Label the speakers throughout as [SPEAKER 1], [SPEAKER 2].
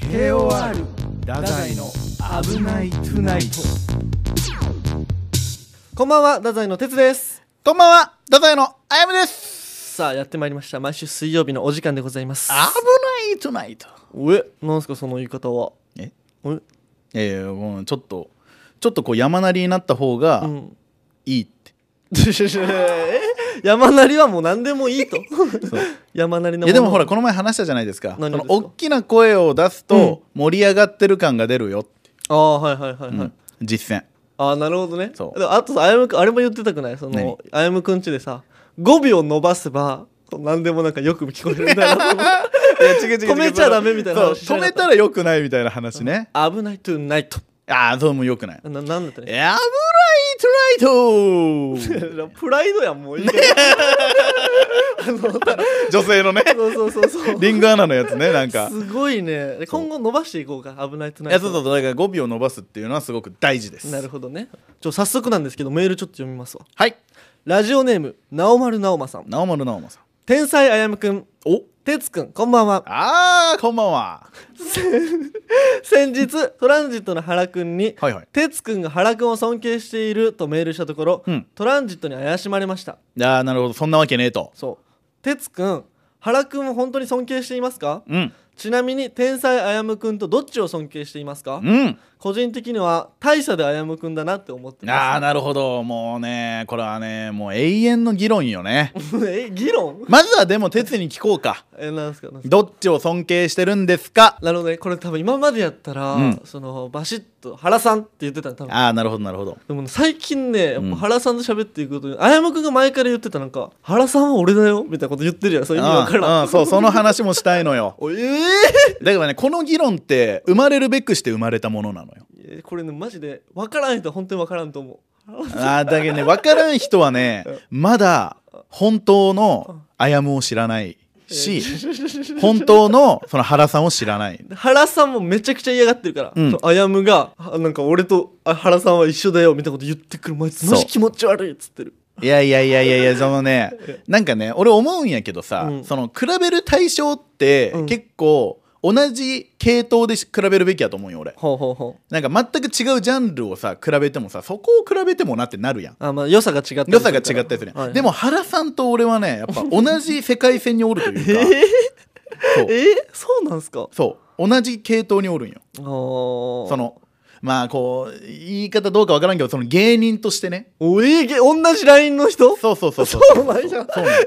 [SPEAKER 1] KOR 太宰の危ないトゥナイト
[SPEAKER 2] こんばんは、太宰の哲です。
[SPEAKER 3] こんばんは、ダザイのあやむです。
[SPEAKER 2] さあ、やってまいりました。毎週水曜日のお時間でございます。
[SPEAKER 3] 危ないトゥナイト。
[SPEAKER 2] え、なんすか、その言い方は。
[SPEAKER 3] え
[SPEAKER 2] え
[SPEAKER 3] ええもうちょっと、ちょっとこう山なりになった方
[SPEAKER 2] う
[SPEAKER 3] が
[SPEAKER 2] ん。
[SPEAKER 3] いいって。
[SPEAKER 2] え山なりはもう何でもいいと。山なりの
[SPEAKER 3] いやでもほら、
[SPEAKER 2] の
[SPEAKER 3] この前話したじゃないですか。こ
[SPEAKER 2] 何が
[SPEAKER 3] の
[SPEAKER 2] ですか
[SPEAKER 3] 大きな声を出すと盛り上がってる感が出るよって。
[SPEAKER 2] ああ、はいはいはいはい。
[SPEAKER 3] うん実践。
[SPEAKER 2] ああ、なるほどね。
[SPEAKER 3] そう
[SPEAKER 2] でもあとさ、あやむくん、あれも言ってたくないその
[SPEAKER 3] 何、
[SPEAKER 2] あやむくんちでさ、5秒伸ばせば、そう何でもなんかよく聞こえるんだなと思って。 止めちゃダメみたいな
[SPEAKER 3] そう
[SPEAKER 2] 話しな
[SPEAKER 3] 止
[SPEAKER 2] かっ
[SPEAKER 3] めたらよくないみたいな話ね。
[SPEAKER 2] 危ないトゥナイト。
[SPEAKER 3] ああ、そうもよくない。
[SPEAKER 2] な、なんだった
[SPEAKER 3] 危
[SPEAKER 2] ね。
[SPEAKER 3] ないトゥナイ
[SPEAKER 2] プライドやん、もういいよ。
[SPEAKER 3] ト女性のね、
[SPEAKER 2] そうそうそうそう。
[SPEAKER 3] リンガーナのやつね、なんか。
[SPEAKER 2] すごいねで今後伸ばしていこうか危ないと
[SPEAKER 3] い
[SPEAKER 2] ない
[SPEAKER 3] やそうそうそうだから語尾を伸ばすっていうのはすごく大事です
[SPEAKER 2] なるほどねちょ早速なんですけどメールちょっと読みますわ
[SPEAKER 3] はい
[SPEAKER 2] ラジオネームなおまるなおまさん
[SPEAKER 3] 直丸直馬さん
[SPEAKER 2] 天才あやむくんおてつくんこんばんは
[SPEAKER 3] あーこんばんは
[SPEAKER 2] 先日トランジットの原くんに
[SPEAKER 3] はいはい
[SPEAKER 2] てつくんが原くんを尊敬しているとメールしたところ、
[SPEAKER 3] うん
[SPEAKER 2] トランジットに怪しまれました
[SPEAKER 3] あーなるほどそんなわけねえと
[SPEAKER 2] そうてつくん原くんを本当に尊敬していますか
[SPEAKER 3] うん
[SPEAKER 2] ちなみに天才あやむくんとどっちを尊敬していますか
[SPEAKER 3] うん
[SPEAKER 2] 個人的には大差であやむくんだなって思ってます
[SPEAKER 3] あーなるほどもうねこれはねもう永遠の議論よね
[SPEAKER 2] え議論
[SPEAKER 3] まずはでも哲に聞こうか
[SPEAKER 2] えなんですかなんすか
[SPEAKER 3] どっちを尊敬してるんですか
[SPEAKER 2] なるほどねこれ多分今までやったら、
[SPEAKER 3] うん
[SPEAKER 2] そのバシッと原さんって言ってたの多分
[SPEAKER 3] あーなるほどなるほど
[SPEAKER 2] でも最近ねやっ
[SPEAKER 3] うん
[SPEAKER 2] ぱ原さんと喋っていくことに、あやむくんが前から言ってたなんか原さんは俺だよみたいなこと言ってるやんそう意味わからん
[SPEAKER 3] うんうんそうその話もしたいの よ
[SPEAKER 2] おえ
[SPEAKER 3] だからねこの議論って生まれるべくして生まれたものなのよ
[SPEAKER 2] ー、えこれねマジで分からん人は本当に分からんと思う
[SPEAKER 3] あーだけどね分からん人はねまだ本当のアヤムを知らないし本当のその原さんを知らない
[SPEAKER 2] 原さんもめちゃくちゃ嫌がってるから、
[SPEAKER 3] うん
[SPEAKER 2] そうあやむがあなんか俺とあ原さんは一緒だよみたいなこと言ってくる毎
[SPEAKER 3] そ
[SPEAKER 2] 日
[SPEAKER 3] う
[SPEAKER 2] マジ気持ち悪いっつってる
[SPEAKER 3] いやいやいやいやいやそのねなんかね俺思うんやけどさ、
[SPEAKER 2] うん
[SPEAKER 3] その比べる対象って
[SPEAKER 2] うん
[SPEAKER 3] 結構同じ系統でし比べるべきやと思うんよ俺
[SPEAKER 2] ほうほうほう
[SPEAKER 3] なんか全く違うジャンルをさ比べてもさそこを比べてもなってなるやん
[SPEAKER 2] あまあ良さが違ったりするから
[SPEAKER 3] 良さが違ったりするやん、
[SPEAKER 2] はいはい
[SPEAKER 3] でも原さんと俺はねやっぱ同じ世界線におるというか、そう
[SPEAKER 2] えー、そうなんすか
[SPEAKER 3] そう同じ系統におるんよ
[SPEAKER 2] あー
[SPEAKER 3] そのまあこう言い方どうかわからんけどその芸人としてね
[SPEAKER 2] おえげ同じラインの人
[SPEAKER 3] そうそうそうそう
[SPEAKER 2] うなんじゃん
[SPEAKER 3] そうなん
[SPEAKER 2] え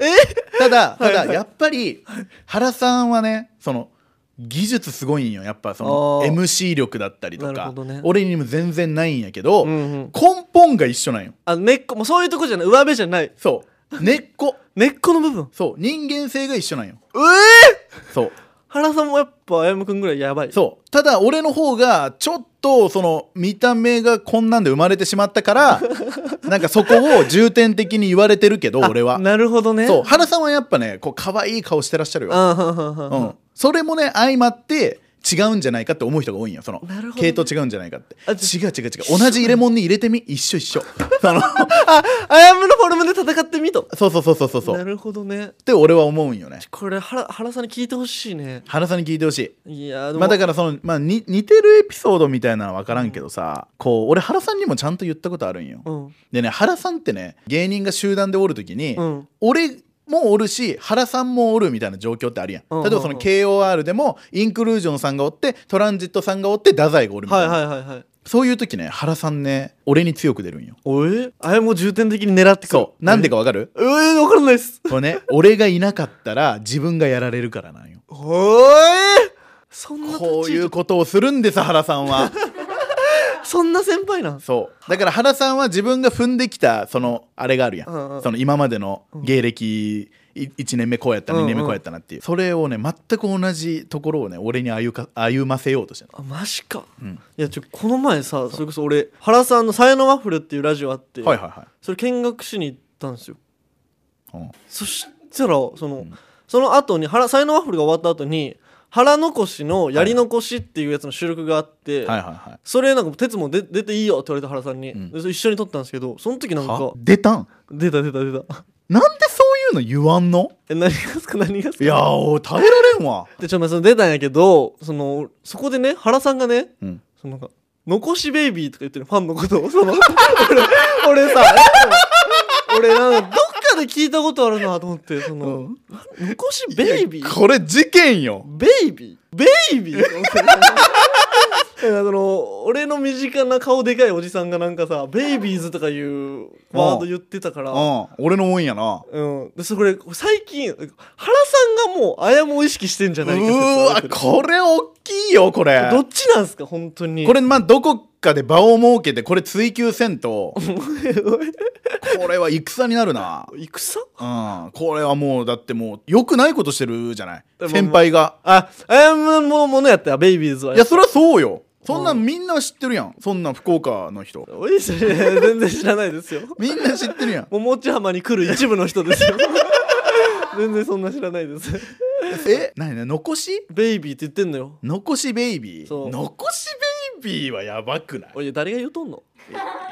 [SPEAKER 3] ただた
[SPEAKER 2] はいは
[SPEAKER 3] だ
[SPEAKER 2] い
[SPEAKER 3] やっぱり原さんはねその技術すごいんよやっぱその
[SPEAKER 2] あー
[SPEAKER 3] MC 力だったりと
[SPEAKER 2] なる
[SPEAKER 3] か、
[SPEAKER 2] ほどね
[SPEAKER 3] 俺にも全然ないんやけど、
[SPEAKER 2] うんうん
[SPEAKER 3] 根本が一緒なんよ
[SPEAKER 2] あ根っこもうそういうとこじゃない上辺じゃない
[SPEAKER 3] そう根っこ
[SPEAKER 2] 根っこの部分
[SPEAKER 3] そう人間性が一緒なんよ
[SPEAKER 2] え
[SPEAKER 3] そう
[SPEAKER 2] 原さんもやっぱあやむくんぐらいやばい
[SPEAKER 3] そうただ俺の方がちょっとその見た目がこんなんで生まれてしまったから なんかそこを重点的に言われてるけど
[SPEAKER 2] あ
[SPEAKER 3] 俺は
[SPEAKER 2] なるほどね
[SPEAKER 3] そう原さんはやっぱねこう可愛い顔してらっしゃるよ、
[SPEAKER 2] あーはんはんはん
[SPEAKER 3] う
[SPEAKER 2] はん
[SPEAKER 3] ん、それもね相まって違うんじゃないかって思う人が多いんよその
[SPEAKER 2] なるほど
[SPEAKER 3] 系
[SPEAKER 2] ね
[SPEAKER 3] 統違うんじゃないかって
[SPEAKER 2] あ
[SPEAKER 3] 違う違う違う同じ入れ物に入れてみ一緒 一緒その
[SPEAKER 2] ああやむのフォルムで戦ってみと
[SPEAKER 3] そうそうそうそうそうそう
[SPEAKER 2] な
[SPEAKER 3] っ
[SPEAKER 2] るほどね
[SPEAKER 3] て俺は思うんよね
[SPEAKER 2] これ原原さんに聞いてほしいね
[SPEAKER 3] 原さんに聞いてほしい
[SPEAKER 2] いやーでも、
[SPEAKER 3] まあだからその、まあ、に似てるエピソードみたいなのは分からんけどさ、こう俺原さんにもちゃんと言ったことあるんよ、
[SPEAKER 2] うん
[SPEAKER 3] でね原さんってね芸人が集団でおる時に、
[SPEAKER 2] うん
[SPEAKER 3] 俺もおるし原さんもおるみたいな状況ってあるやん、
[SPEAKER 2] うんうんうん
[SPEAKER 3] 例えばその KOR でもインクルージョンさんがおってトランジットさんがおって太宰がおるみたい
[SPEAKER 2] は
[SPEAKER 3] な、
[SPEAKER 2] いはいはいはい
[SPEAKER 3] そういう時ね原さんね俺に強く出るんよ
[SPEAKER 2] おえあやむを重点的に狙ってくる
[SPEAKER 3] そうなんでかわかる
[SPEAKER 2] えー、わかんないっす
[SPEAKER 3] これね俺がいなかったら自分がやられるからなんよ
[SPEAKER 2] おえそんな
[SPEAKER 3] こうい
[SPEAKER 2] 立
[SPEAKER 3] う
[SPEAKER 2] ち位置
[SPEAKER 3] ことをするんです原さんは
[SPEAKER 2] そんな先輩なん
[SPEAKER 3] そうだから原さんは自分が踏んできたそのあれがあるやん、
[SPEAKER 2] うんうん
[SPEAKER 3] その今までの芸歴1年目こうやった
[SPEAKER 2] うんう
[SPEAKER 3] 2
[SPEAKER 2] ん
[SPEAKER 3] 年目こうやったなっていう、それをね全く同じところをね俺に歩か歩ませようとしてる
[SPEAKER 2] あマジか、
[SPEAKER 3] うん
[SPEAKER 2] いやちょこの前さそれこそ俺原さんの「才能ワッフル」っていうラジオあって、
[SPEAKER 3] はいはいは
[SPEAKER 2] それ見学しに行ったんですよ
[SPEAKER 3] い、うん
[SPEAKER 2] そしたらその、その後に原才能ワッフルが終わった後に腹残しの「やり残し」っていうやつの収録があって、
[SPEAKER 3] はいはいはい
[SPEAKER 2] それなんか「鉄も出出ていいよ」って言われた原さんに、
[SPEAKER 3] うん
[SPEAKER 2] でそれ一緒に撮ったんですけどその時なんか
[SPEAKER 3] は出たん
[SPEAKER 2] 出た出た出た
[SPEAKER 3] なんでそういうの言わんの
[SPEAKER 2] え何がですか何がです
[SPEAKER 3] い
[SPEAKER 2] か
[SPEAKER 3] やーおい耐えられんわ、
[SPEAKER 2] でちょまあその出たんやけどそのそこでね原さんがね
[SPEAKER 3] うん、
[SPEAKER 2] そのなんか残しベイビーとか言ってるファンのことをその 俺俺さ 俺なんかどっかで聞いたことあるなと思ってその、残しベイビー
[SPEAKER 3] これ事件よ
[SPEAKER 2] ベイビーベイビーと思 ってなんかその俺の身近な顔でかいおじさんがなんかさベイビーズとかいうワード言ってたか
[SPEAKER 3] う
[SPEAKER 2] ら
[SPEAKER 3] ん俺のもんやな
[SPEAKER 2] うん、でそれ最近原さんがもうあやもを意識してんじゃ
[SPEAKER 3] う
[SPEAKER 2] ないか
[SPEAKER 3] ーわ
[SPEAKER 2] 説ある
[SPEAKER 3] これ大きいよこ
[SPEAKER 2] け
[SPEAKER 3] れ
[SPEAKER 2] どどっちなんすか本当に
[SPEAKER 3] これまあどこかで場を設けてこれ追求せんと これは戦になるな
[SPEAKER 2] 戦
[SPEAKER 3] うんこれはもうだってもう良くないことしてるじゃない
[SPEAKER 2] でも
[SPEAKER 3] 先輩が
[SPEAKER 2] ああやものものやったよベイビーズはい
[SPEAKER 3] やそりゃそうよそんな
[SPEAKER 2] うん
[SPEAKER 3] んみんな知ってるやんそんなん福岡の人
[SPEAKER 2] おいしい全然知らない ですよ
[SPEAKER 3] みんな知ってるやん
[SPEAKER 2] 桃地浜に来る一部の人ですよ 全然そんな知らないです
[SPEAKER 3] えなになに残し
[SPEAKER 2] ベイビーって言ってんのよ
[SPEAKER 3] 残しベイビ
[SPEAKER 2] そ
[SPEAKER 3] ー
[SPEAKER 2] う
[SPEAKER 3] 残しベイビーはやばくない
[SPEAKER 2] おい誰が言うとんの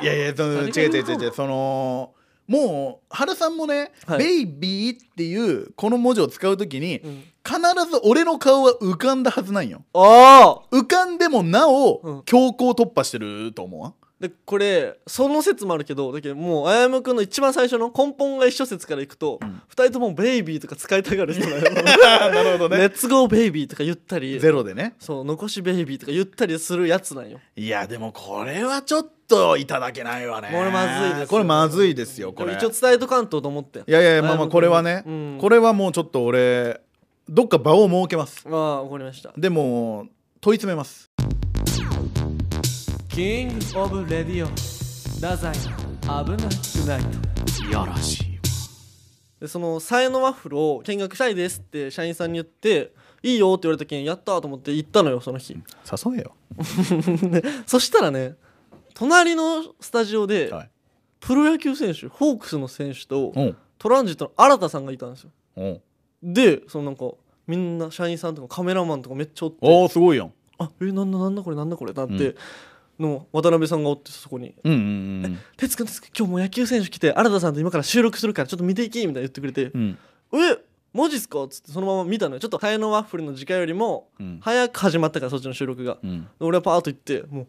[SPEAKER 3] いやいやその違う
[SPEAKER 2] 何が
[SPEAKER 3] 違う違
[SPEAKER 2] 言う
[SPEAKER 3] う
[SPEAKER 2] の
[SPEAKER 3] 違うそのもう原さんもね「
[SPEAKER 2] はい
[SPEAKER 3] ベイビー」っていうこの文字を使うときに、
[SPEAKER 2] ん
[SPEAKER 3] 必ず俺の顔は浮かんだはずなんよ
[SPEAKER 2] ああ
[SPEAKER 3] 浮かんでもな
[SPEAKER 2] う
[SPEAKER 3] お
[SPEAKER 2] ん
[SPEAKER 3] 強行突破してると思うわ
[SPEAKER 2] でこれその説もあるけどだけどもうあやむくんの一番最初の根本が一緒説からいくと、二人ともベイビーとか使いたがる人 なの よ
[SPEAKER 3] なるほ
[SPEAKER 2] レッツゴーベイビーとか言ったり
[SPEAKER 3] ゼロで ね
[SPEAKER 2] そう残しベイビーとか言ったりするやつなんよ
[SPEAKER 3] いやでもこれはちょっといただけないわね
[SPEAKER 2] これまずいですよ
[SPEAKER 3] これまずいですよこ
[SPEAKER 2] これ
[SPEAKER 3] れ
[SPEAKER 2] 一応伝えとかんとと思ってん
[SPEAKER 3] いやいやまあまあこれはね、
[SPEAKER 2] うん
[SPEAKER 3] これはもうちょっと俺どっか場を設けます
[SPEAKER 2] ああわかりました
[SPEAKER 3] でも問い詰めます
[SPEAKER 1] キングオブレディオ太宰の危なくない
[SPEAKER 3] いやらしい
[SPEAKER 2] でその「さえのワッフルを見学したいです」って社員さんに言って「いいよ」って言われた時に「やった!」と思って行ったのよその日
[SPEAKER 3] 誘えよ、
[SPEAKER 2] そしたらね隣のスタジオで、
[SPEAKER 3] はい
[SPEAKER 2] プロ野球選手ホークスの選手と
[SPEAKER 3] うん
[SPEAKER 2] トランジットの新田さんがいたんですよ
[SPEAKER 3] うん
[SPEAKER 2] でそのなんかみんな社員さんとかカメラマンとかめっちゃおって
[SPEAKER 3] おーすごいやん
[SPEAKER 2] あえなんだなんだこれなんだこれだって、の渡辺さんがおってそこに
[SPEAKER 3] うんうん
[SPEAKER 2] 「哲くん哲くん今日もう野球選手来て新田さんと今から収録するからちょっと見ていき」みたいな言ってくれて
[SPEAKER 3] うんうん
[SPEAKER 2] 「えマジっすか?」っつってそのまま見たのよちょっと「ハエのワッフル」の時間よりも
[SPEAKER 3] うん
[SPEAKER 2] 早く始まったからそっちの収録が
[SPEAKER 3] うん
[SPEAKER 2] 俺はパーッと行ってもう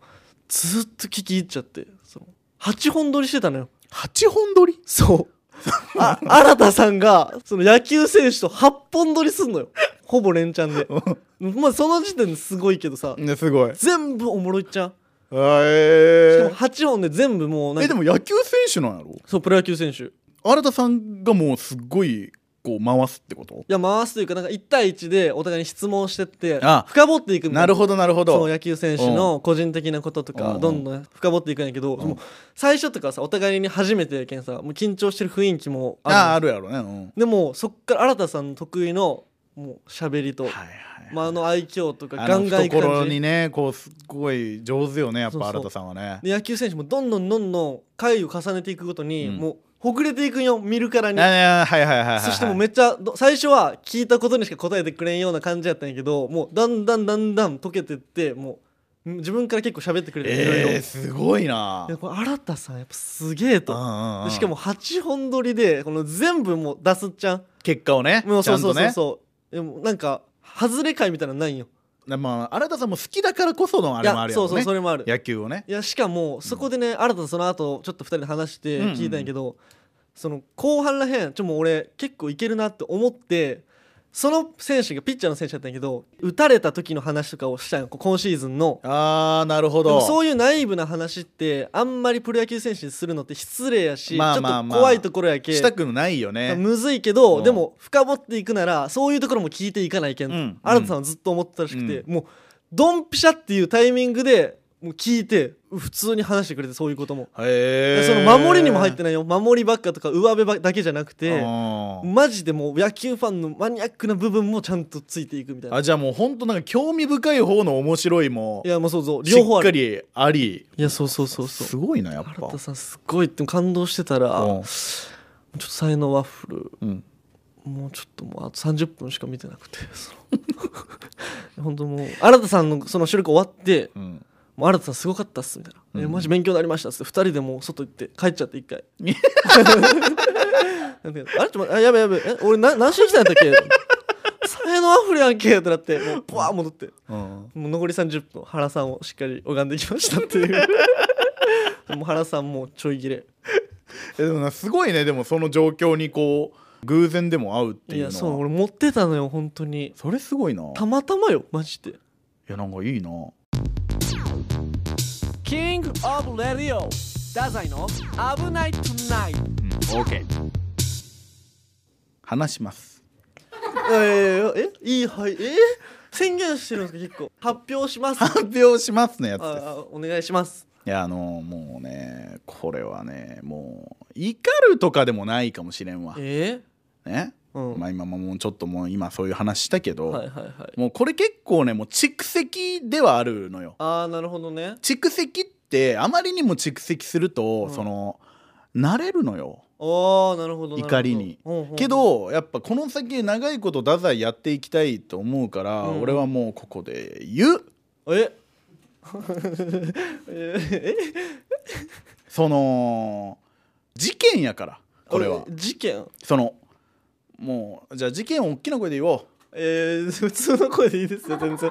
[SPEAKER 2] ずっと聞き入っちゃってその8本撮りしてたのよ
[SPEAKER 3] 8本撮り
[SPEAKER 2] そうあ 新田さんがその野球選手と8本撮りすんのよほぼ連チャンで まあその時点ですごいけどさ
[SPEAKER 3] ねすごい
[SPEAKER 2] 全部おもろいっちゃん
[SPEAKER 3] え
[SPEAKER 2] しかも
[SPEAKER 3] ー、
[SPEAKER 2] 8本で全部もうなん
[SPEAKER 3] えで
[SPEAKER 2] か
[SPEAKER 3] も野球選手なんやろ
[SPEAKER 2] そうプロ野球選手い
[SPEAKER 3] 新田さんがもうすっごいこう回すってこと
[SPEAKER 2] や回すというかなんか1対1でお互いに質問してって
[SPEAKER 3] あ
[SPEAKER 2] 深掘っていくみたい
[SPEAKER 3] なるほどなるほ
[SPEAKER 2] そう
[SPEAKER 3] ど
[SPEAKER 2] 野球選手の個人的なことと
[SPEAKER 3] う
[SPEAKER 2] か
[SPEAKER 3] ん
[SPEAKER 2] どんどん深掘っていくんやけど
[SPEAKER 3] ん
[SPEAKER 2] もう最初とかさお互いに初めてやけんさもう緊張してる雰囲気もある
[SPEAKER 3] あああるやろねうん
[SPEAKER 2] でもそっから新田さんの得意のもう喋りと、
[SPEAKER 3] はいはい
[SPEAKER 2] まあ、あの愛嬌とか
[SPEAKER 3] あ
[SPEAKER 2] ガンガンいく
[SPEAKER 3] 懐
[SPEAKER 2] 感
[SPEAKER 3] に
[SPEAKER 2] じ
[SPEAKER 3] ねこうすっごい上手よねやっ
[SPEAKER 2] そうそ
[SPEAKER 3] ぱ
[SPEAKER 2] う
[SPEAKER 3] 新田さんはね
[SPEAKER 2] で野球選手もどんどんどんどん回を重ねていくごとに、
[SPEAKER 3] うん
[SPEAKER 2] もうほぐれていくんよ見るからに
[SPEAKER 3] ああはいはいはいはいはい
[SPEAKER 2] そしてもうめっちゃど最初は聞いたことにしか答えてくれんような感じやったんやけどもうだんだんだんだん溶けてってもう自分から結構喋ってくれていろいろ
[SPEAKER 3] えー、すごいな
[SPEAKER 2] でこれ新田さんやっぱすげえ
[SPEAKER 3] うん
[SPEAKER 2] と
[SPEAKER 3] うんうん
[SPEAKER 2] でしかも8本撮りでこの全部もう出すっちゃん
[SPEAKER 3] 結果をね
[SPEAKER 2] もう
[SPEAKER 3] ち
[SPEAKER 2] そ
[SPEAKER 3] ゃ
[SPEAKER 2] うん
[SPEAKER 3] と
[SPEAKER 2] そうそう
[SPEAKER 3] ね
[SPEAKER 2] そうでもなんか外れ会みたいなのないんよ
[SPEAKER 3] でまあ新田さんも好きだからこそのあれもあ
[SPEAKER 2] い
[SPEAKER 3] る
[SPEAKER 2] や
[SPEAKER 3] や
[SPEAKER 2] そ
[SPEAKER 3] ろ
[SPEAKER 2] う
[SPEAKER 3] ね
[SPEAKER 2] そうそれもある
[SPEAKER 3] 野球をね
[SPEAKER 2] いやしかもそこでね、新たにその後ちょっと2人で話して
[SPEAKER 3] うんうん
[SPEAKER 2] 聞いたんやけど、その後半らへんちょもう俺結構いけるなって思ってその選手がピッチャーの選手だったんやけど打たれた時の話とかをしたんよこう今シーズンの
[SPEAKER 3] ああなるほ
[SPEAKER 2] で
[SPEAKER 3] ど
[SPEAKER 2] もそういうナイーブな話ってあんまりプロ野球選手にするのって失礼やし、
[SPEAKER 3] まあまあまあ
[SPEAKER 2] ちょっと怖いところやけ
[SPEAKER 3] したくないよね
[SPEAKER 2] むずいけど、
[SPEAKER 3] うん
[SPEAKER 2] でも深掘っていくならそういうところも聞いていかないけん、
[SPEAKER 3] うん
[SPEAKER 2] 新田さんはずっと思ってたらしくて、もうドンピシャっていうタイミングでもう聞いて普通に話してくれてそういうことも、
[SPEAKER 3] へ
[SPEAKER 2] で
[SPEAKER 3] え
[SPEAKER 2] その守りにも入ってないよ守りばっかとか上辺ばだけじゃなくて、
[SPEAKER 3] あ
[SPEAKER 2] マジでもう野球ファンのマニアックな部分もちゃんとついていくみたいな
[SPEAKER 3] あじゃあもうほんとなんか興味深い方の面白いも
[SPEAKER 2] いやもうそうそう
[SPEAKER 3] し
[SPEAKER 2] 両方
[SPEAKER 3] っ
[SPEAKER 2] あ
[SPEAKER 3] か
[SPEAKER 2] る
[SPEAKER 3] りあり
[SPEAKER 2] いやそうそうそうそう
[SPEAKER 3] すごいなやっ
[SPEAKER 2] 新
[SPEAKER 3] ぱ
[SPEAKER 2] 田さんすっごいって感動してたら、
[SPEAKER 3] うん
[SPEAKER 2] ちょっと才能ワッフル
[SPEAKER 3] うん
[SPEAKER 2] もうちょっともうあと30分しか見てなくて そ の本当もう新田さんのその収録終わって
[SPEAKER 3] うん
[SPEAKER 2] 「もう新田さんすごかったっす」みたいなえーマジ勉強になりましたっつって2人でもう外行って帰っちゃって1回 なんかあれちょっと待ってあやべやべえ俺な何しに来たんやったっけ 才能アフレやんけってなっても うブワー戻って
[SPEAKER 3] うん
[SPEAKER 2] もう残り30分原さんをしっかり拝んできましたっていう もう原さんもうちょい切れ
[SPEAKER 3] えでもなすごいねでもその状況にこう偶然でも会うって
[SPEAKER 2] い
[SPEAKER 3] いうの
[SPEAKER 2] や
[SPEAKER 3] は
[SPEAKER 2] そう俺持ってたのよ本当に
[SPEAKER 3] それすごいない
[SPEAKER 2] たまたまよマジで
[SPEAKER 3] やなんかいいな
[SPEAKER 1] キングオブレディオダザイの危ないトゥナイト
[SPEAKER 3] うん OK 話します
[SPEAKER 2] えー、えいいはいえー宣言してるんですか結構発表しますあ
[SPEAKER 3] 発表しますのやつです
[SPEAKER 2] あお願いします
[SPEAKER 3] いやあのもうねこれはねもう怒るとかでもないかもしれんわ
[SPEAKER 2] え
[SPEAKER 3] ね、
[SPEAKER 2] うん
[SPEAKER 3] まあ今ももうちょっともう今そういう話したけど、
[SPEAKER 2] ー、はいはいはい
[SPEAKER 3] もうこれ結構ねもう蓄積ではあるのよ
[SPEAKER 2] ああなるほどね
[SPEAKER 3] 蓄積ってあまりにも蓄積すると、
[SPEAKER 2] うん
[SPEAKER 3] その慣れるのよ
[SPEAKER 2] ああなるほどなるほど
[SPEAKER 3] 怒りに
[SPEAKER 2] ほんほんほん
[SPEAKER 3] けどやっぱこの先長いこと太宰やっていきたいと思うから、
[SPEAKER 2] うん
[SPEAKER 3] 俺はもうここで言う
[SPEAKER 2] え え
[SPEAKER 3] その事件やからこれは
[SPEAKER 2] え事件
[SPEAKER 3] そのもうじゃあ事件を大きな声で言おう
[SPEAKER 2] えー、普通の声でいいですよ全然普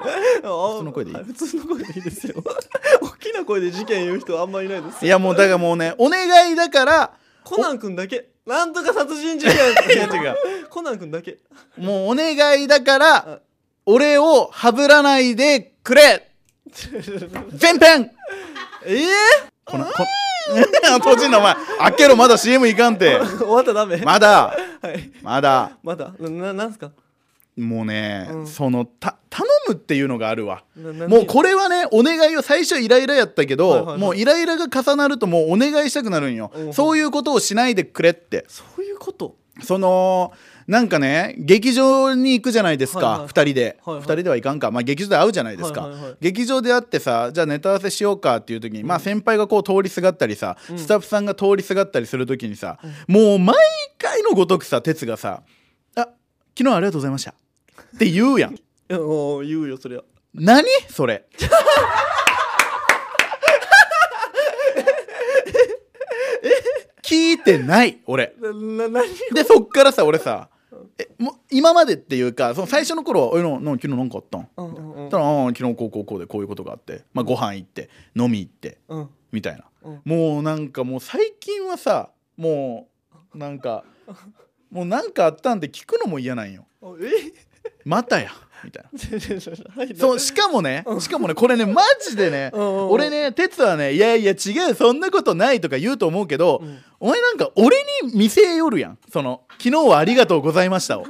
[SPEAKER 3] 通の声でいい
[SPEAKER 2] 普通の声でいいですよ 大きな声で事件言う人あんまいないです
[SPEAKER 3] いやもうだからもうねお願いだから
[SPEAKER 2] コナン君だけなんとか殺人事件
[SPEAKER 3] いや違
[SPEAKER 2] コナン君だけ
[SPEAKER 3] もうお願いだから俺をはぶらないでくれ全編
[SPEAKER 2] ええ
[SPEAKER 3] こ のこ閉じんなお前開けろまだ CM いかんて
[SPEAKER 2] 終わったらダメ、
[SPEAKER 3] まだ
[SPEAKER 2] はい
[SPEAKER 3] まだ
[SPEAKER 2] まだなななんすか
[SPEAKER 3] もうね、
[SPEAKER 2] うん
[SPEAKER 3] そのた頼むっていうのがあるわ
[SPEAKER 2] なな
[SPEAKER 3] もうこれはねお願いを最初イライラやったけど、
[SPEAKER 2] はいはいはい
[SPEAKER 3] もうイライラが重なるともうお願いしたくなるんよ、
[SPEAKER 2] うん
[SPEAKER 3] そういうことをしないでくれって
[SPEAKER 2] そういうこと
[SPEAKER 3] そのなんかね劇場に行くじゃないです
[SPEAKER 2] はいは
[SPEAKER 3] か、二
[SPEAKER 2] い
[SPEAKER 3] 2人で、
[SPEAKER 2] は
[SPEAKER 3] 二
[SPEAKER 2] いはい
[SPEAKER 3] 2人ではいかんか、まあ、劇場で会うじゃないですか、
[SPEAKER 2] はいはいはい
[SPEAKER 3] 劇場で会ってさじゃあネタ合わせしようかっていう時に、まあ、先輩がこう通りすがったりさ、スタッフさんが通りすがったりする時にさ、もう毎回のごとくさ哲がさ「あ昨日はありがとうございました」って言う やん
[SPEAKER 2] いやもう言うよそりゃ
[SPEAKER 3] 何そ れ聞いてない俺
[SPEAKER 2] なな何
[SPEAKER 3] でそっからさ俺さえもう今までっていうかその最初の頃は「おいのの昨日なんかあったん?」
[SPEAKER 2] うんうんうん
[SPEAKER 3] たらうん「昨日こうこうこうでこういうことがあって、まあ、ご飯行って飲み行って
[SPEAKER 2] うん」
[SPEAKER 3] みたいな、
[SPEAKER 2] うん
[SPEAKER 3] もうなんかもう最近はさもうなんかもうなんかあったんで聞くのも嫌なんよ
[SPEAKER 2] あえ
[SPEAKER 3] 「またや」みたいな。
[SPEAKER 2] はい
[SPEAKER 3] そうしかもねしかもねこれねマジでね
[SPEAKER 2] うんうんうん
[SPEAKER 3] 俺ね哲はね「いやいや違うそんなことない」とか言うと思うけど、お前なんか俺に見せよるやんその「昨日はありがとうございましたを」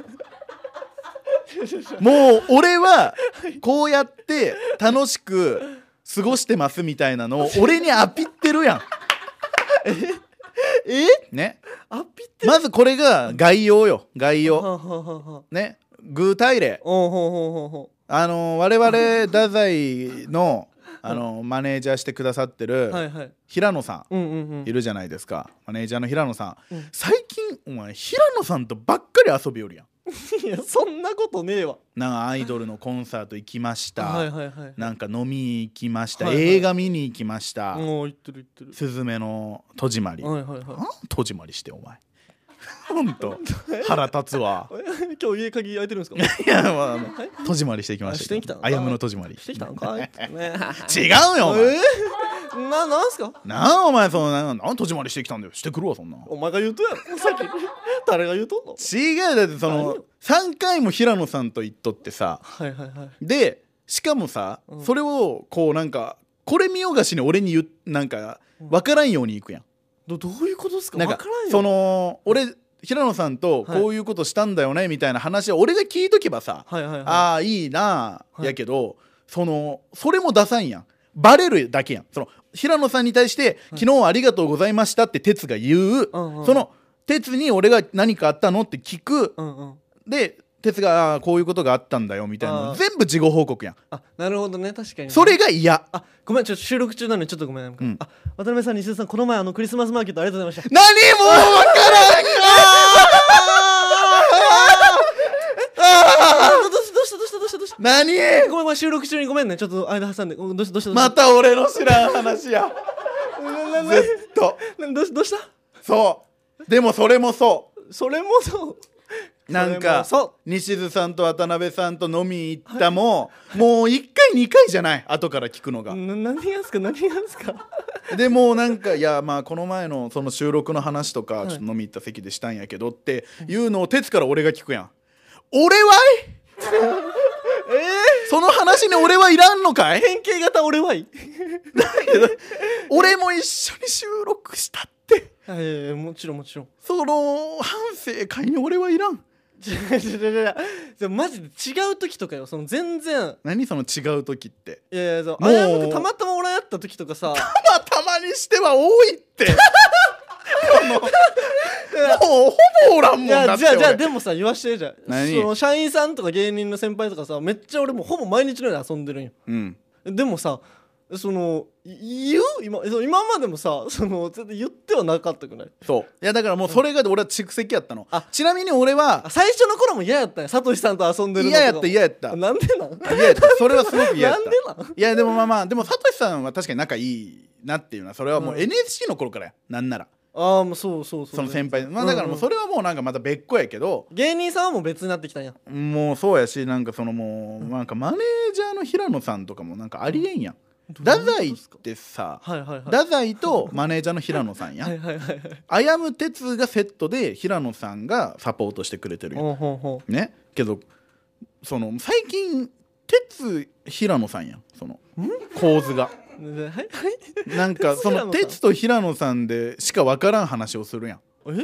[SPEAKER 3] もう俺はこうやって楽しく過ごしてますみたいなの を俺にアピってるやん。ええね
[SPEAKER 2] アピって
[SPEAKER 3] まずこれが概要よ概
[SPEAKER 2] は
[SPEAKER 3] 要。
[SPEAKER 2] あはあはあはあ
[SPEAKER 3] ね具体例。
[SPEAKER 2] おうほうほうほうほ
[SPEAKER 3] あの我々太宰のあのマネージャーしてくださって
[SPEAKER 2] うはい
[SPEAKER 3] る
[SPEAKER 2] はい
[SPEAKER 3] 平野さ
[SPEAKER 2] うんうんうん
[SPEAKER 3] んいるじゃないですかマネージャーの平野さん、
[SPEAKER 2] うん
[SPEAKER 3] 最近お前平野さんとばっかり遊びよるやん
[SPEAKER 2] いやそんなことねえわ
[SPEAKER 3] なんかアイドルのコンサート行きました、
[SPEAKER 2] はいはいはい
[SPEAKER 3] なんか飲み行きました、
[SPEAKER 2] はいはい
[SPEAKER 3] 映画見に行きました
[SPEAKER 2] もう言ってる言
[SPEAKER 3] 「
[SPEAKER 2] って
[SPEAKER 3] すずめの戸締まり」
[SPEAKER 2] るはいはいは
[SPEAKER 3] なん戸締まりしてお前 ほんと腹立つわ
[SPEAKER 2] い今日家鍵開いてるんですか
[SPEAKER 3] いや、まああの、戸締まりしてきましたけど
[SPEAKER 2] してきたの
[SPEAKER 3] あやむの戸締まり
[SPEAKER 2] してきたんかいってね
[SPEAKER 3] 違うよお前、
[SPEAKER 2] えななんすか
[SPEAKER 3] なあお前そのななん戸締まりしてきたんだよしてくるわそんな
[SPEAKER 2] お前が言うとやろさっき誰が言うとんの
[SPEAKER 3] 違うだってそ
[SPEAKER 2] 何
[SPEAKER 3] の3回も平野さんと言っとってさ
[SPEAKER 2] はいはいはい
[SPEAKER 3] でしかもさ、
[SPEAKER 2] うん
[SPEAKER 3] それをこうなんかこれ見よがしに俺に言うなんか分からんようにいくやん、
[SPEAKER 2] どどういうことですか
[SPEAKER 3] なん
[SPEAKER 2] わ
[SPEAKER 3] か
[SPEAKER 2] からんよ
[SPEAKER 3] その俺平野さんと
[SPEAKER 2] はい
[SPEAKER 3] こういうことしたんだよねみたいな話を俺が聞いとけばさ、
[SPEAKER 2] はいはいはい
[SPEAKER 3] ああいいなあ、
[SPEAKER 2] はい
[SPEAKER 3] やけどそのそれも出さんやんバレるだけやんその平野さんに対して「昨日はありがとうございました」って哲が言う、
[SPEAKER 2] うんうん
[SPEAKER 3] その哲に俺が「何かあったの?」って聞く、
[SPEAKER 2] うんうん
[SPEAKER 3] で哲があー「こういうことがあったんだよ」みたいな
[SPEAKER 2] あ
[SPEAKER 3] の
[SPEAKER 2] ー
[SPEAKER 3] 全部事後報告やん
[SPEAKER 2] あなるほどね確かにね
[SPEAKER 3] それが嫌
[SPEAKER 2] あごめんちょっと収録中なのにちょっとごめんなんか
[SPEAKER 3] うん
[SPEAKER 2] あ渡辺さん西田さんこの前あのクリスマスマーケットありがとうございました
[SPEAKER 3] 何もう分からんか
[SPEAKER 2] あどうしたどうしたどうしたどうしたどうした
[SPEAKER 3] 何
[SPEAKER 2] ごめんごめん収録中にごめんねちょっと間挟んでごめんどうしたどうしたどうした
[SPEAKER 3] また俺の知らん話や
[SPEAKER 2] ななな
[SPEAKER 3] ずっと
[SPEAKER 2] などうしどうした
[SPEAKER 3] そうでもそれもそ
[SPEAKER 2] それもそう
[SPEAKER 3] うなん
[SPEAKER 2] それも
[SPEAKER 3] か
[SPEAKER 2] そ
[SPEAKER 3] 西津さんと渡辺さんと飲み行ったも、もう1回2回じゃない後から聞くのが、
[SPEAKER 2] うな何がですか何がですか
[SPEAKER 3] でもうなんかいやまあこの前のその収録の話とかちょっと飲み行った席でしたんやけどっていうのを鉄から俺が聞くやん 俺はいその話に俺はいらんのかい
[SPEAKER 2] 変形型俺はい
[SPEAKER 3] 俺も一緒に収録したって
[SPEAKER 2] やいやいやもちろんもちろん
[SPEAKER 3] その反省会に俺はいらん
[SPEAKER 2] 違う違う違う違うでもマジで違う時とかよその全然
[SPEAKER 3] 何その違う時って
[SPEAKER 2] いやいやそう
[SPEAKER 3] もう
[SPEAKER 2] あやむくたまたまおらんやった時と か
[SPEAKER 3] た
[SPEAKER 2] さ
[SPEAKER 3] またまにしては多いって そのもうほぼおらんもん
[SPEAKER 2] い
[SPEAKER 3] だ
[SPEAKER 2] や
[SPEAKER 3] っ
[SPEAKER 2] じゃあ
[SPEAKER 3] て
[SPEAKER 2] じゃあ
[SPEAKER 3] 俺
[SPEAKER 2] でもさ言わしてじゃあ
[SPEAKER 3] 何
[SPEAKER 2] その社員さんとか芸人の先輩とかさめっちゃ俺もうほぼ毎日のように遊んでるんよ
[SPEAKER 3] うん
[SPEAKER 2] でもさそのい言う今そう今までもさその絶対言ってはなかったくない
[SPEAKER 3] そういやだからもうそれが俺は蓄積やったの、
[SPEAKER 2] あ
[SPEAKER 3] ちなみに俺
[SPEAKER 2] あ
[SPEAKER 3] は
[SPEAKER 2] 最初の頃も嫌やったんやサトシさんと遊んでるのと
[SPEAKER 3] 嫌
[SPEAKER 2] か
[SPEAKER 3] やった嫌やった嫌
[SPEAKER 2] なんでなん
[SPEAKER 3] やったそれはすごく嫌やっ
[SPEAKER 2] なんで
[SPEAKER 3] た
[SPEAKER 2] なん
[SPEAKER 3] いやでもまあまあでもサトシさんは確かに仲いいなっていうのはそれはもう NSC の頃からやなんなら
[SPEAKER 2] ああもうそうそうそう
[SPEAKER 3] その先輩まあ
[SPEAKER 2] ん
[SPEAKER 3] だからもうそれはもうなんかまた別個やけど
[SPEAKER 2] 芸人さんはもう別になってきたんや
[SPEAKER 3] もうそうやしなんかそのもうなんかマネージャーの平野さんとかもなんかありえんやん太宰ってさ
[SPEAKER 2] はいはいはい
[SPEAKER 3] 太宰とマネージャーの平野さんや
[SPEAKER 2] はいはいはいはい
[SPEAKER 3] あやむ哲がセットで平野さんがサポートしてくれてるやん
[SPEAKER 2] ほんほんほん
[SPEAKER 3] ねけどその最近鉄平野さんやんその構図が
[SPEAKER 2] ねはいはい
[SPEAKER 3] なんか
[SPEAKER 2] 鉄
[SPEAKER 3] そ
[SPEAKER 2] 平野 さ
[SPEAKER 3] の
[SPEAKER 2] ん
[SPEAKER 3] 鉄と平野さんでしか分からん話をするやん
[SPEAKER 2] え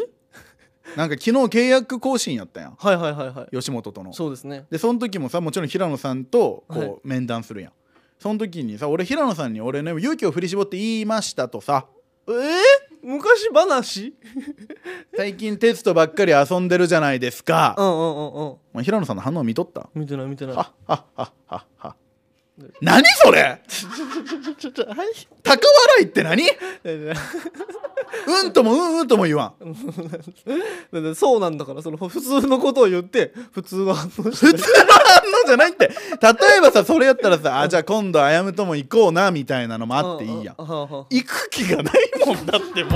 [SPEAKER 3] なんか昨日契約更新やったやん
[SPEAKER 2] はいはいはいはい
[SPEAKER 3] 吉本との
[SPEAKER 2] そうですね
[SPEAKER 3] でその時もさもちろん平野さんとこう、
[SPEAKER 2] はい
[SPEAKER 3] 面談するやんその時にさ俺平野さんに俺ね勇気を振り絞って言いましたとさ
[SPEAKER 2] えー、昔話
[SPEAKER 3] 最近鉄とばっかり遊んでるじゃないですか、
[SPEAKER 2] うんうんうんうん
[SPEAKER 3] まあ平野さんの反応見とった
[SPEAKER 2] 見てない見てない
[SPEAKER 3] ははははは何それ
[SPEAKER 2] ちょちょはい
[SPEAKER 3] 高笑いって何
[SPEAKER 2] いやいや
[SPEAKER 3] うんともうんうんとも言わん
[SPEAKER 2] だってそうなんだからその普通のことを言って普通の反応して
[SPEAKER 3] 普通の反応じゃないって例えばさそれやったらさあじゃあ今度あやむとも行こうなみたいなのもあっていいやん
[SPEAKER 2] ううはあはあ
[SPEAKER 3] 行く気がないもんだっても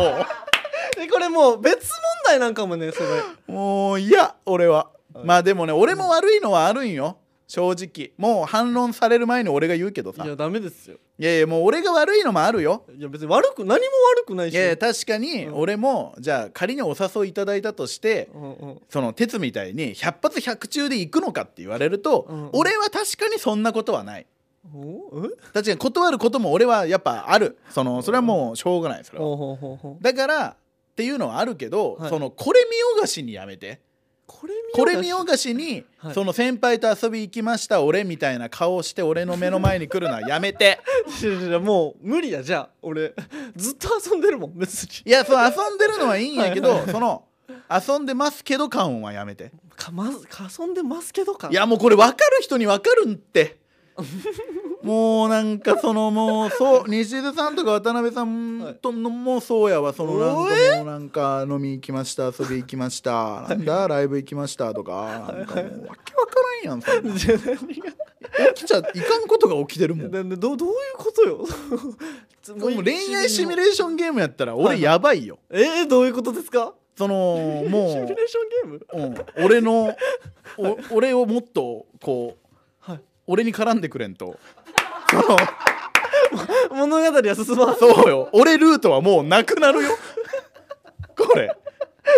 [SPEAKER 2] でこれもう別問題なんかもねそれ
[SPEAKER 3] うもういや俺はまあでもね俺も悪いのはあるんよ正直もう反論される前に俺が言うけどさ
[SPEAKER 2] いやダメですよ
[SPEAKER 3] いやいやもう俺が悪いのもあるよ
[SPEAKER 2] いや別に悪く何も悪くないし
[SPEAKER 3] いやいや確かに俺もじゃあ仮にお誘いいただいたとして
[SPEAKER 2] うんうん
[SPEAKER 3] その鉄みたいに100発100中で行くのかって言われると、
[SPEAKER 2] うんうん
[SPEAKER 3] 俺は確かにそんなことはない
[SPEAKER 2] おえ
[SPEAKER 3] 確かに断ることも俺はやっぱあるそのそれはもうしょうがないそれは
[SPEAKER 2] ほうほうほうほう
[SPEAKER 3] だからっていうのはあるけど、
[SPEAKER 2] はい
[SPEAKER 3] そのこれ見よがしにやめて
[SPEAKER 2] これ見よ
[SPEAKER 3] これ見よがしに、
[SPEAKER 2] はい
[SPEAKER 3] その先輩と遊び行きました俺みたいな顔をして俺の目の前に来るのはやめ て
[SPEAKER 2] いやいやいやもう無理やじゃあ俺ずっと遊んでるもん別に
[SPEAKER 3] いやその遊んでるのはいいんやけど、
[SPEAKER 2] はい
[SPEAKER 3] その遊んでますけど感はやめて
[SPEAKER 2] かまずか遊んでますけどか
[SPEAKER 3] いやもうこれ分かる人に分かるんってもうなんかそのもうそう西出さんとか渡辺さんとのもうそうやわそのなん
[SPEAKER 2] お
[SPEAKER 3] かもうなんか飲み行きました遊び行きましたなんだライブ行きましたとかなんかもうわけ分からんやんそんな
[SPEAKER 2] じゃあ何が
[SPEAKER 3] 起きちゃいかんことが起きてるもん
[SPEAKER 2] なんでどどういうことよ
[SPEAKER 3] もう恋愛シミュ
[SPEAKER 2] レ
[SPEAKER 3] レーションゲームやったら
[SPEAKER 2] は
[SPEAKER 3] 俺
[SPEAKER 2] い
[SPEAKER 3] やばいよ
[SPEAKER 2] えー、どういうことですか
[SPEAKER 3] その
[SPEAKER 2] シミ
[SPEAKER 3] も
[SPEAKER 2] ュレーションゲーム
[SPEAKER 3] う、うん、俺のお俺をもっとこう
[SPEAKER 2] はい
[SPEAKER 3] 俺に絡んでくれんとその
[SPEAKER 2] 物語は進まん
[SPEAKER 3] そうよ俺ルートはもうなくなるよこれ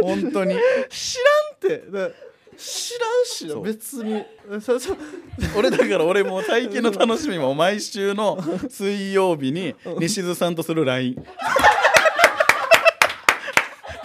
[SPEAKER 3] 本当に
[SPEAKER 2] 知らんってだ知らんし
[SPEAKER 3] そう
[SPEAKER 2] 別にそ そ
[SPEAKER 3] 俺だから俺もう最近の楽しみも毎週の水曜日に西津さんとする LINE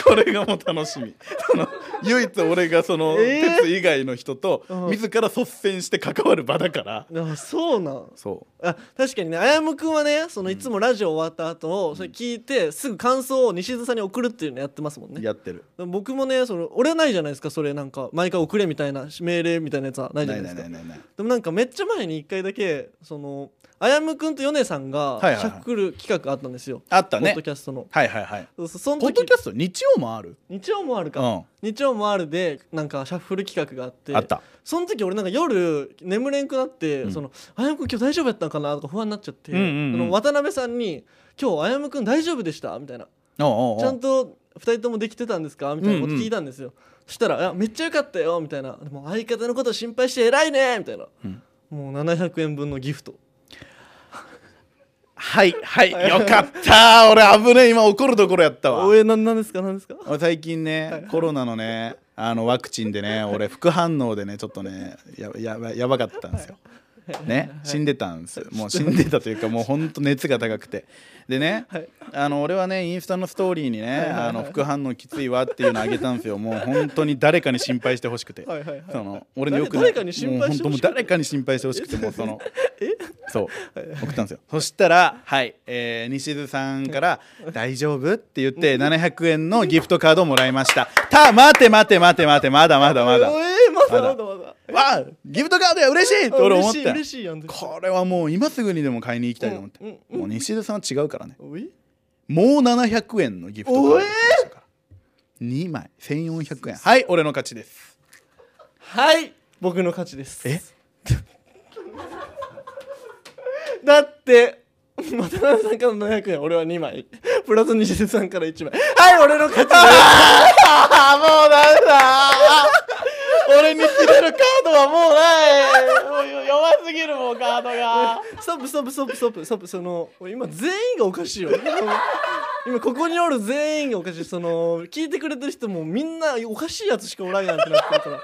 [SPEAKER 3] これがもう楽しみその唯一俺がその、
[SPEAKER 2] えー
[SPEAKER 3] 鉄以外の人と
[SPEAKER 2] うん
[SPEAKER 3] 自ら率先して関わる場だから
[SPEAKER 2] あそうなん
[SPEAKER 3] そ
[SPEAKER 2] あ確かにねあやむくんはねそのいつもラジオ終わった後、それ聞いてすぐ感想を西津さんに送るっていうのやってますもん
[SPEAKER 3] う
[SPEAKER 2] ね
[SPEAKER 3] やってる
[SPEAKER 2] 僕もねその俺はないじゃないですかそれなんか毎回送れみたいな命令みたいなやつはないじゃ
[SPEAKER 3] な
[SPEAKER 2] ないいで
[SPEAKER 3] な
[SPEAKER 2] す
[SPEAKER 3] い
[SPEAKER 2] か
[SPEAKER 3] ないないない
[SPEAKER 2] でもなんかめっちゃ前に1回だけそのあやむくんと米さんが
[SPEAKER 3] はいはいはい
[SPEAKER 2] しゃくる企画あったんですよ、
[SPEAKER 3] あった
[SPEAKER 2] ポッ
[SPEAKER 3] ね
[SPEAKER 2] ドキャストの
[SPEAKER 3] はいはいはい
[SPEAKER 2] そうそうその
[SPEAKER 3] ポッ
[SPEAKER 2] 時
[SPEAKER 3] ドキャスト日曜もある
[SPEAKER 2] 日曜もある
[SPEAKER 3] う
[SPEAKER 2] か、
[SPEAKER 3] ん
[SPEAKER 2] 日曜オもあるでなんかシャッフル企画があって
[SPEAKER 3] あった
[SPEAKER 2] その時俺なんか夜眠れんくなって、
[SPEAKER 3] うん
[SPEAKER 2] そのあやむくん今日大丈夫やったんかなとか不安になっちゃって、
[SPEAKER 3] うんうんうん
[SPEAKER 2] その渡辺さんに「今日あやむくん大丈夫でした?」みたいな
[SPEAKER 3] おうおうおう
[SPEAKER 2] ちゃんと2人ともできてたんですかみたいなこと
[SPEAKER 3] うんうん
[SPEAKER 2] 聞いたんですよ、そしたらいや「めっちゃ良かったよ」みたいな「でも相方のこと心配して偉いね」みたいな、
[SPEAKER 3] うん
[SPEAKER 2] もう700円分のギフト
[SPEAKER 3] はい はいよかった俺危ねえ今怒るところやったわ
[SPEAKER 2] 応援なんなんですかなんですか
[SPEAKER 3] 俺最近ねコロナのねあのワクチンでね俺副反応でねちょっとねややばやばかったんですよ。ね死んでたんですよもう死んでたというかもうほんと熱が高くてでね、
[SPEAKER 2] はい
[SPEAKER 3] あの俺はねインスタのストーリーにね「あの副反応きついわ」っていうのあげたんですよもう本当に誰かに心配してほしくて。
[SPEAKER 2] はい はいはい
[SPEAKER 3] その俺のよく
[SPEAKER 2] 誰誰かに心配してほ
[SPEAKER 3] もう
[SPEAKER 2] しくて
[SPEAKER 3] 本当もう誰かに心配してほしくてもうそのそう 送ったんですよそしたらはい、えー、西津さんから「大丈夫?」って言って700円のギフトカードをもらいましたた待て待て待て待てまだまだまだ
[SPEAKER 2] え
[SPEAKER 3] わ
[SPEAKER 2] ー、ま
[SPEAKER 3] ま
[SPEAKER 2] だま
[SPEAKER 3] だ
[SPEAKER 2] だまだ
[SPEAKER 3] あギフトカードや嬉しいって 俺思っ
[SPEAKER 2] 嬉しい
[SPEAKER 3] た
[SPEAKER 2] 嬉しいやん絶対
[SPEAKER 3] これはもう今すぐにでも買いに行きたいと思って、
[SPEAKER 2] うん
[SPEAKER 3] もう西津さんは違うからね
[SPEAKER 2] おい
[SPEAKER 3] もう700円のギフトカードでしたから2枚1400円はい俺の勝ちです
[SPEAKER 2] はい僕の勝ちです
[SPEAKER 3] え
[SPEAKER 2] だって渡辺さんから700円俺は2枚 プラス西瀬さんから1枚はい俺の勝 ちです
[SPEAKER 3] あもうなんだ俺に切れるカードはもうない弱すぎるもうカードが
[SPEAKER 2] ストップストップストップストップストップその今全員がおかしいよ今ここにおる全員がおかしいその聞いてくれてる人もみんなおかしいやつしかおらんやんってなってるから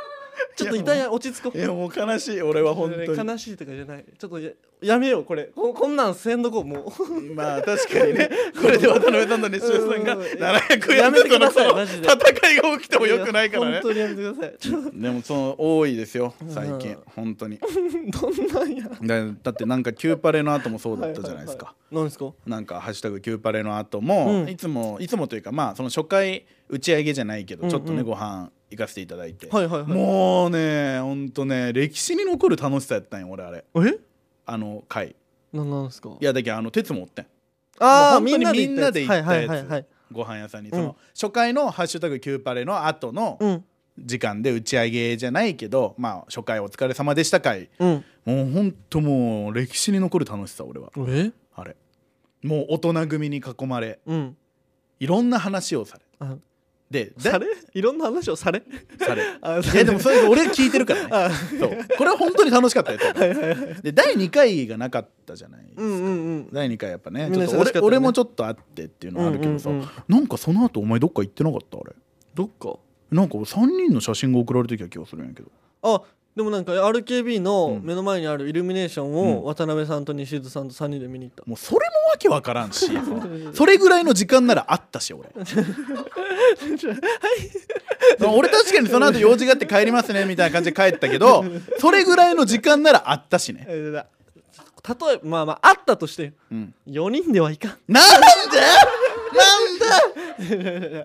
[SPEAKER 2] ちょっと痛いや落ち着こう
[SPEAKER 3] いやもう悲しい俺は本当に
[SPEAKER 2] 悲しいとかじゃないちょっとややめようこれここんなんせんどこうもう
[SPEAKER 3] まあ確かにねこれで渡辺さんと西尾さんが
[SPEAKER 2] うん
[SPEAKER 3] 700
[SPEAKER 2] や
[SPEAKER 3] 円
[SPEAKER 2] め
[SPEAKER 3] ず
[SPEAKER 2] て
[SPEAKER 3] つ
[SPEAKER 2] くだ
[SPEAKER 3] の
[SPEAKER 2] さい
[SPEAKER 3] その
[SPEAKER 2] マジで
[SPEAKER 3] 戦いが起きてもよくないからね
[SPEAKER 2] 本当にやめてくださいちょっと
[SPEAKER 3] でもその多いですよ最近
[SPEAKER 2] うん
[SPEAKER 3] 本当に
[SPEAKER 2] どんなんや
[SPEAKER 3] だだってなんかキューパレの後もそうだったじゃないですか
[SPEAKER 2] ははは何ですか
[SPEAKER 3] なんか「ハッシュタグキューパレ」の後も、
[SPEAKER 2] うん
[SPEAKER 3] いつもいつもというかまあその初回打ち上げじゃないけど、
[SPEAKER 2] うん
[SPEAKER 3] ちょっとねご飯行かせていただいて、
[SPEAKER 2] はいはいはい
[SPEAKER 3] もうねほんとね歴史に残る楽しさやったんよ俺あれ
[SPEAKER 2] え
[SPEAKER 3] あの回
[SPEAKER 2] なんなんですか
[SPEAKER 3] いやだけどあの鉄もおってん
[SPEAKER 2] あ
[SPEAKER 3] もう
[SPEAKER 2] あみ
[SPEAKER 3] 本当
[SPEAKER 2] んな
[SPEAKER 3] に
[SPEAKER 2] で
[SPEAKER 3] みんなで行ったやつ、
[SPEAKER 2] はいはいはいはい
[SPEAKER 3] ご飯屋さんにそ
[SPEAKER 2] うん
[SPEAKER 3] の初回の「ハッシュタグキューパレ」の後の
[SPEAKER 2] うん
[SPEAKER 3] 時間で打ち上げじゃないけど、まあ初回お疲れ様でした回
[SPEAKER 2] うん
[SPEAKER 3] もうほんともう歴史に残る楽しさ俺は
[SPEAKER 2] え
[SPEAKER 3] あれもう大人組に囲まれ
[SPEAKER 2] うん
[SPEAKER 3] いろんな話をされ
[SPEAKER 2] あ
[SPEAKER 3] でだ
[SPEAKER 2] されいろんな話をされ
[SPEAKER 3] され
[SPEAKER 2] あ
[SPEAKER 3] いやでもそれ俺聞いてるからね
[SPEAKER 2] あ
[SPEAKER 3] そうこれは本当に楽しかったやつだからで第2回がなかったじゃない
[SPEAKER 2] うんうんうん
[SPEAKER 3] 第2回やっぱね
[SPEAKER 2] みん
[SPEAKER 3] ちょっと
[SPEAKER 2] な忙しか
[SPEAKER 3] 俺,、
[SPEAKER 2] ったね
[SPEAKER 3] 俺もちょっとあってっていうのはあるけどさ、
[SPEAKER 2] うんうんうん
[SPEAKER 3] なんかその後お前どっか行ってなかったあれ
[SPEAKER 2] どっか
[SPEAKER 3] なんか3人の写真が送られてきた気がするんやけど
[SPEAKER 2] あでもなんか RKB の
[SPEAKER 3] うん
[SPEAKER 2] 目の前にあるイルミネーションを渡辺さんと西津さんと3人で見に行った、
[SPEAKER 3] もうそれもわけわからん しそれぐらいの時間ならあったし俺俺確かにその後用事があって帰りますねみたいな感じで帰ったけ どそれぐらいの時間ならあったしね、
[SPEAKER 2] えーだ例えばまあまああったとして
[SPEAKER 3] うん、
[SPEAKER 2] 4人ではいかん
[SPEAKER 3] なんでなんで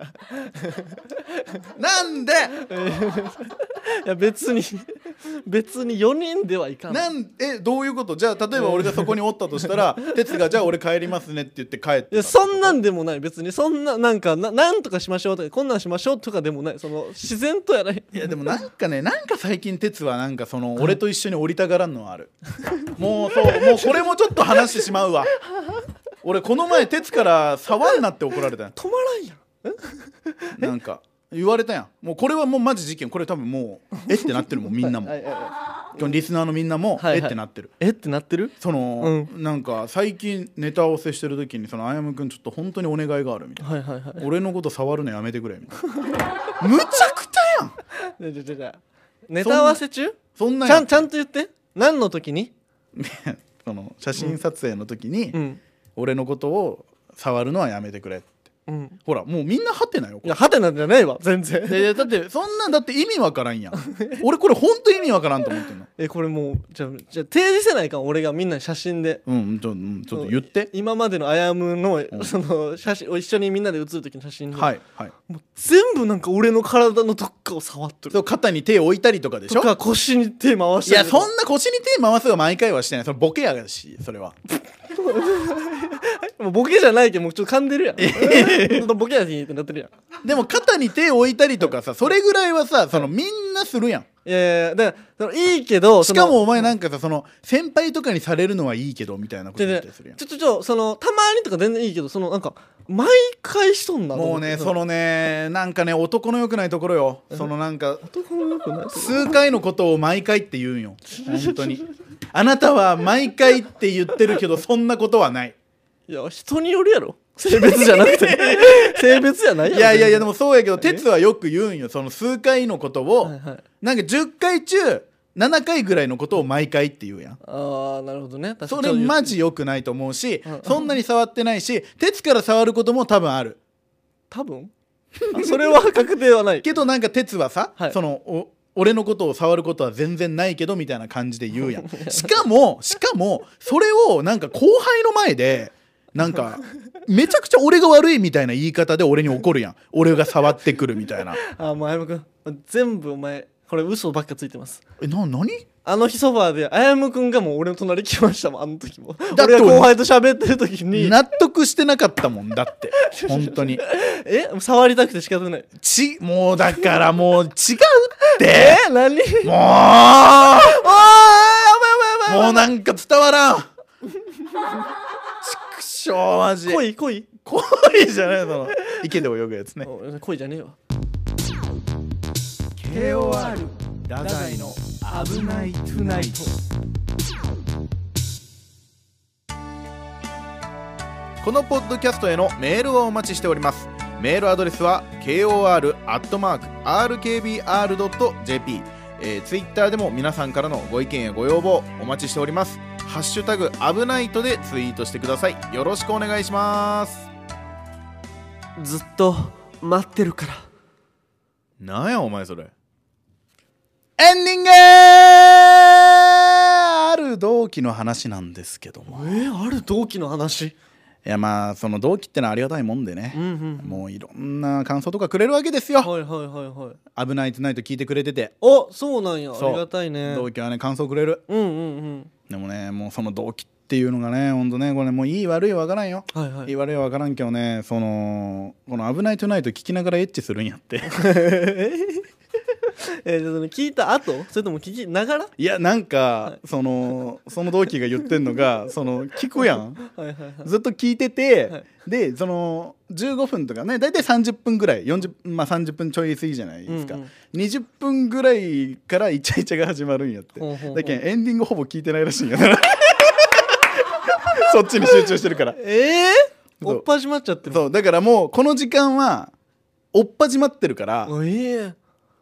[SPEAKER 3] なんで
[SPEAKER 2] いや別に 別に4人ではいかん
[SPEAKER 3] なんえどういうことじゃあ例えば俺がそこにおったとした ら哲が「じゃあ俺帰りますね」って言って帰って
[SPEAKER 2] いやそんなんでもない別にそんななんかななんとかしましょうとかこんなんしましょうとかでもないその自然とやない
[SPEAKER 3] いやでもなんかねなんか最近哲はなんかその俺と一緒に降りたがらんのはあるもうそうもうこれもちょっと話してしまうわ俺この前哲から「触んな」って怒られたよ
[SPEAKER 2] 止まらんやん
[SPEAKER 3] なんか言われたやんもうこれはもうマジ事件これ多分も うえってなってるもんみんなも
[SPEAKER 2] はいはいは
[SPEAKER 3] リスナーのみんなも
[SPEAKER 2] はいはい
[SPEAKER 3] えってなってる
[SPEAKER 2] いえってなってる
[SPEAKER 3] その、なんか最近ネタ合わせしてる時にそのあやむくんちょっと本当にお願いがあるみたいな
[SPEAKER 2] はいはいはい
[SPEAKER 3] 俺のこと触るのやめてくれみたい なむちゃくちゃやん
[SPEAKER 2] じゃじゃじゃじゃネタ合わせ中
[SPEAKER 3] そんな
[SPEAKER 2] ちゃ
[SPEAKER 3] やん
[SPEAKER 2] んちゃんと言って何の時に
[SPEAKER 3] その写真撮影の時に、
[SPEAKER 2] うん
[SPEAKER 3] 俺のことを触るのはやめてくれって
[SPEAKER 2] うん
[SPEAKER 3] ほらもうみんなハテナよ
[SPEAKER 2] いやハテナじゃないわ全然
[SPEAKER 3] でだって そんなんだって意味わからんやん俺これ本当意味わからんと思ってんの
[SPEAKER 2] えこれもうじゃあじゃあ提示せないかん俺がみんなに写真で
[SPEAKER 3] うんちょ,、うん、ちょっと言って
[SPEAKER 2] 今までのアヤムの
[SPEAKER 3] ん
[SPEAKER 2] その写真を一緒にみんなで写る時の写真で、
[SPEAKER 3] はいはい
[SPEAKER 2] もう全部なんか俺の体のどっかを触ってる
[SPEAKER 3] そう肩に手を置いたりとかでし
[SPEAKER 2] と
[SPEAKER 3] ょ
[SPEAKER 2] か腰に手回し
[SPEAKER 3] い
[SPEAKER 2] て
[SPEAKER 3] やそんな腰に手回すは毎回はしてないそれボケやしそれは
[SPEAKER 2] もうボケじゃないけどもうちょっと噛んでるや んほんとボケやしってなってるやん
[SPEAKER 3] でも肩に手を置いたりとかさそれぐらいはさそのみんなするやん
[SPEAKER 2] いやいやだからそのいいけど
[SPEAKER 3] しか
[SPEAKER 2] その
[SPEAKER 3] もお前なんかさその先輩とかにされるのはいいけどみたいなこと
[SPEAKER 2] で
[SPEAKER 3] 言っ
[SPEAKER 2] ね
[SPEAKER 3] たりするやん
[SPEAKER 2] ちょちょちょそのたまにとか全然いいけどそのなんか毎回しとんなと
[SPEAKER 3] も
[SPEAKER 2] 思
[SPEAKER 3] う
[SPEAKER 2] って
[SPEAKER 3] ねそ のねなんかね男の良くないところよそのなんか
[SPEAKER 2] 男の良くない
[SPEAKER 3] 数回のことを毎回って言うんよ本当にあなたは毎回って言ってるけどそんなことはない
[SPEAKER 2] いや人によるやろ性別じゃなく て性別じゃない
[SPEAKER 3] い
[SPEAKER 2] やろ
[SPEAKER 3] やいやいやで
[SPEAKER 2] も
[SPEAKER 3] もそうやけど哲はよく言うんよその数回のことを
[SPEAKER 2] はいはい
[SPEAKER 3] なんか10回中7回ぐらいのことを毎回って言うやん
[SPEAKER 2] ああなるほどね確か
[SPEAKER 3] そ
[SPEAKER 2] に
[SPEAKER 3] れマジ良くないと思うし
[SPEAKER 2] うん
[SPEAKER 3] そんなに触ってないし鉄から触ることも多分ある
[SPEAKER 2] 多分あそれは確定はない
[SPEAKER 3] けどなんか鉄はさ、
[SPEAKER 2] はい
[SPEAKER 3] そのお俺のことを触ることは全然ないけどみたいな感じで言うや んしかもしかもそれをなんか後輩の前でなんかめちゃくちゃ俺が悪いみたいな言い方で俺に怒るやん俺が触ってくるみたいな
[SPEAKER 2] あーもう歩夢君全部お前これ嘘ばっかついてます
[SPEAKER 3] えな何
[SPEAKER 2] あの日ソファーで歩夢君がもう俺の隣来ましたもんあの時も
[SPEAKER 3] だって
[SPEAKER 2] 俺が後輩と喋ってる時に
[SPEAKER 3] 納得してなかったもんだ って本当に
[SPEAKER 2] え触りたくて仕方ない
[SPEAKER 3] ちもうだからもう違うって
[SPEAKER 2] え 何
[SPEAKER 3] もう
[SPEAKER 2] おーやばいやばいやばい
[SPEAKER 3] もうなんか伝わ らんちくしょうマジ
[SPEAKER 2] 恋恋
[SPEAKER 3] 恋じゃないその池で泳ぐやつね
[SPEAKER 2] お恋じゃねえわ
[SPEAKER 1] KOR
[SPEAKER 3] 太
[SPEAKER 1] 宰の危ないトゥナイト
[SPEAKER 3] このポッドキャストへのメールをお待ちしておりますメールアドレスは kor.rkbr.jp えー、ツイッターでも皆さんからのご意見やご要望お待ちしておりますハッシュタグ危ないとでツイートしてくださいよろしくお願いします
[SPEAKER 2] ずっと待ってるから
[SPEAKER 3] なんやお前それエンディングある同期の話なんですけども
[SPEAKER 2] えー、ある同期の話
[SPEAKER 3] いやまあその同期ってのはありがたいもんで
[SPEAKER 2] うん
[SPEAKER 3] ね、
[SPEAKER 2] うん
[SPEAKER 3] もういろんな感想とかくれるわけですよ
[SPEAKER 2] はいはいはいはい
[SPEAKER 3] 「危ないトゥナイト」聞いてくれてて、
[SPEAKER 2] あそうなんや
[SPEAKER 3] そう
[SPEAKER 2] ありがたいね
[SPEAKER 3] 同期はね感想くれる
[SPEAKER 2] うんうん
[SPEAKER 3] でもねもうその同期っていうのがねほんとねこれねもういい悪いわからんよ、
[SPEAKER 2] うんはいはい
[SPEAKER 3] い、い悪いわからんけどねそのこの「危ないトゥナイト」聞きながらエッチするんやって
[SPEAKER 2] えー、じゃあその聞いた後それとも聞きながら
[SPEAKER 3] いやなんかそのその同期が言ってんのがその聞くやん
[SPEAKER 2] はいはいはい
[SPEAKER 3] ずっと聞いてて、
[SPEAKER 2] はい
[SPEAKER 3] でその15分とかね大体30分ぐらい40、まあ、30分ちょい過ぎじゃないですか、
[SPEAKER 2] うんうん
[SPEAKER 3] 20分ぐらいからイチャイチャが始まるんやって
[SPEAKER 2] ほうほうほう
[SPEAKER 3] だけんエンディングほぼ聞いてないらしいんやな そっちに集中してるから
[SPEAKER 2] ええー、
[SPEAKER 3] そう
[SPEAKER 2] おっぱじまっちゃってる
[SPEAKER 3] そうだからもうこの時間は追っ始まってるから
[SPEAKER 2] おいえ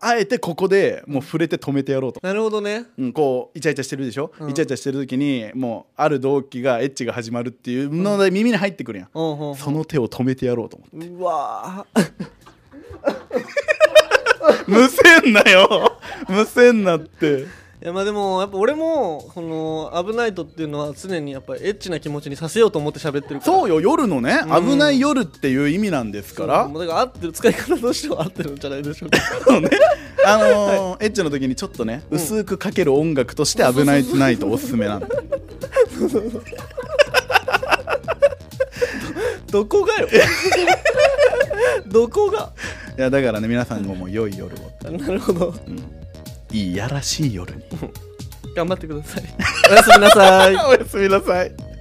[SPEAKER 3] あえてここでもう触れて止めてやろうと。
[SPEAKER 2] なるほどね
[SPEAKER 3] うん、こうイチャイチャしてるでしょ、
[SPEAKER 2] うん
[SPEAKER 3] イチャイチャしてる時にもうある同期がエッチが始まるっていうので耳に入ってくるやん、
[SPEAKER 2] うんうんうん
[SPEAKER 3] その手を止めてやろうと思って
[SPEAKER 2] うわー
[SPEAKER 3] むせんなよむせんなって
[SPEAKER 2] いやまあでもやっぱ俺もこの「危ないと」っていうのは常にやっぱエッチな気持ちにさせようと思って喋ってるから
[SPEAKER 3] そうよ夜のね
[SPEAKER 2] うん
[SPEAKER 3] 危ない夜っていう意味なんですから、
[SPEAKER 2] もうだから合ってる使い方としては合ってるんじゃないでしょうか
[SPEAKER 3] そうね あのーエッチの時にちょっとね薄くかける音楽として危ないトゥナイトおすすめなんだ
[SPEAKER 2] どこがよ どこが
[SPEAKER 3] いやだからね皆さんも良い夜を
[SPEAKER 2] なるほど
[SPEAKER 3] いいやらしい夜に
[SPEAKER 2] 頑張ってくださいおやすみなさい
[SPEAKER 3] おやすみなさい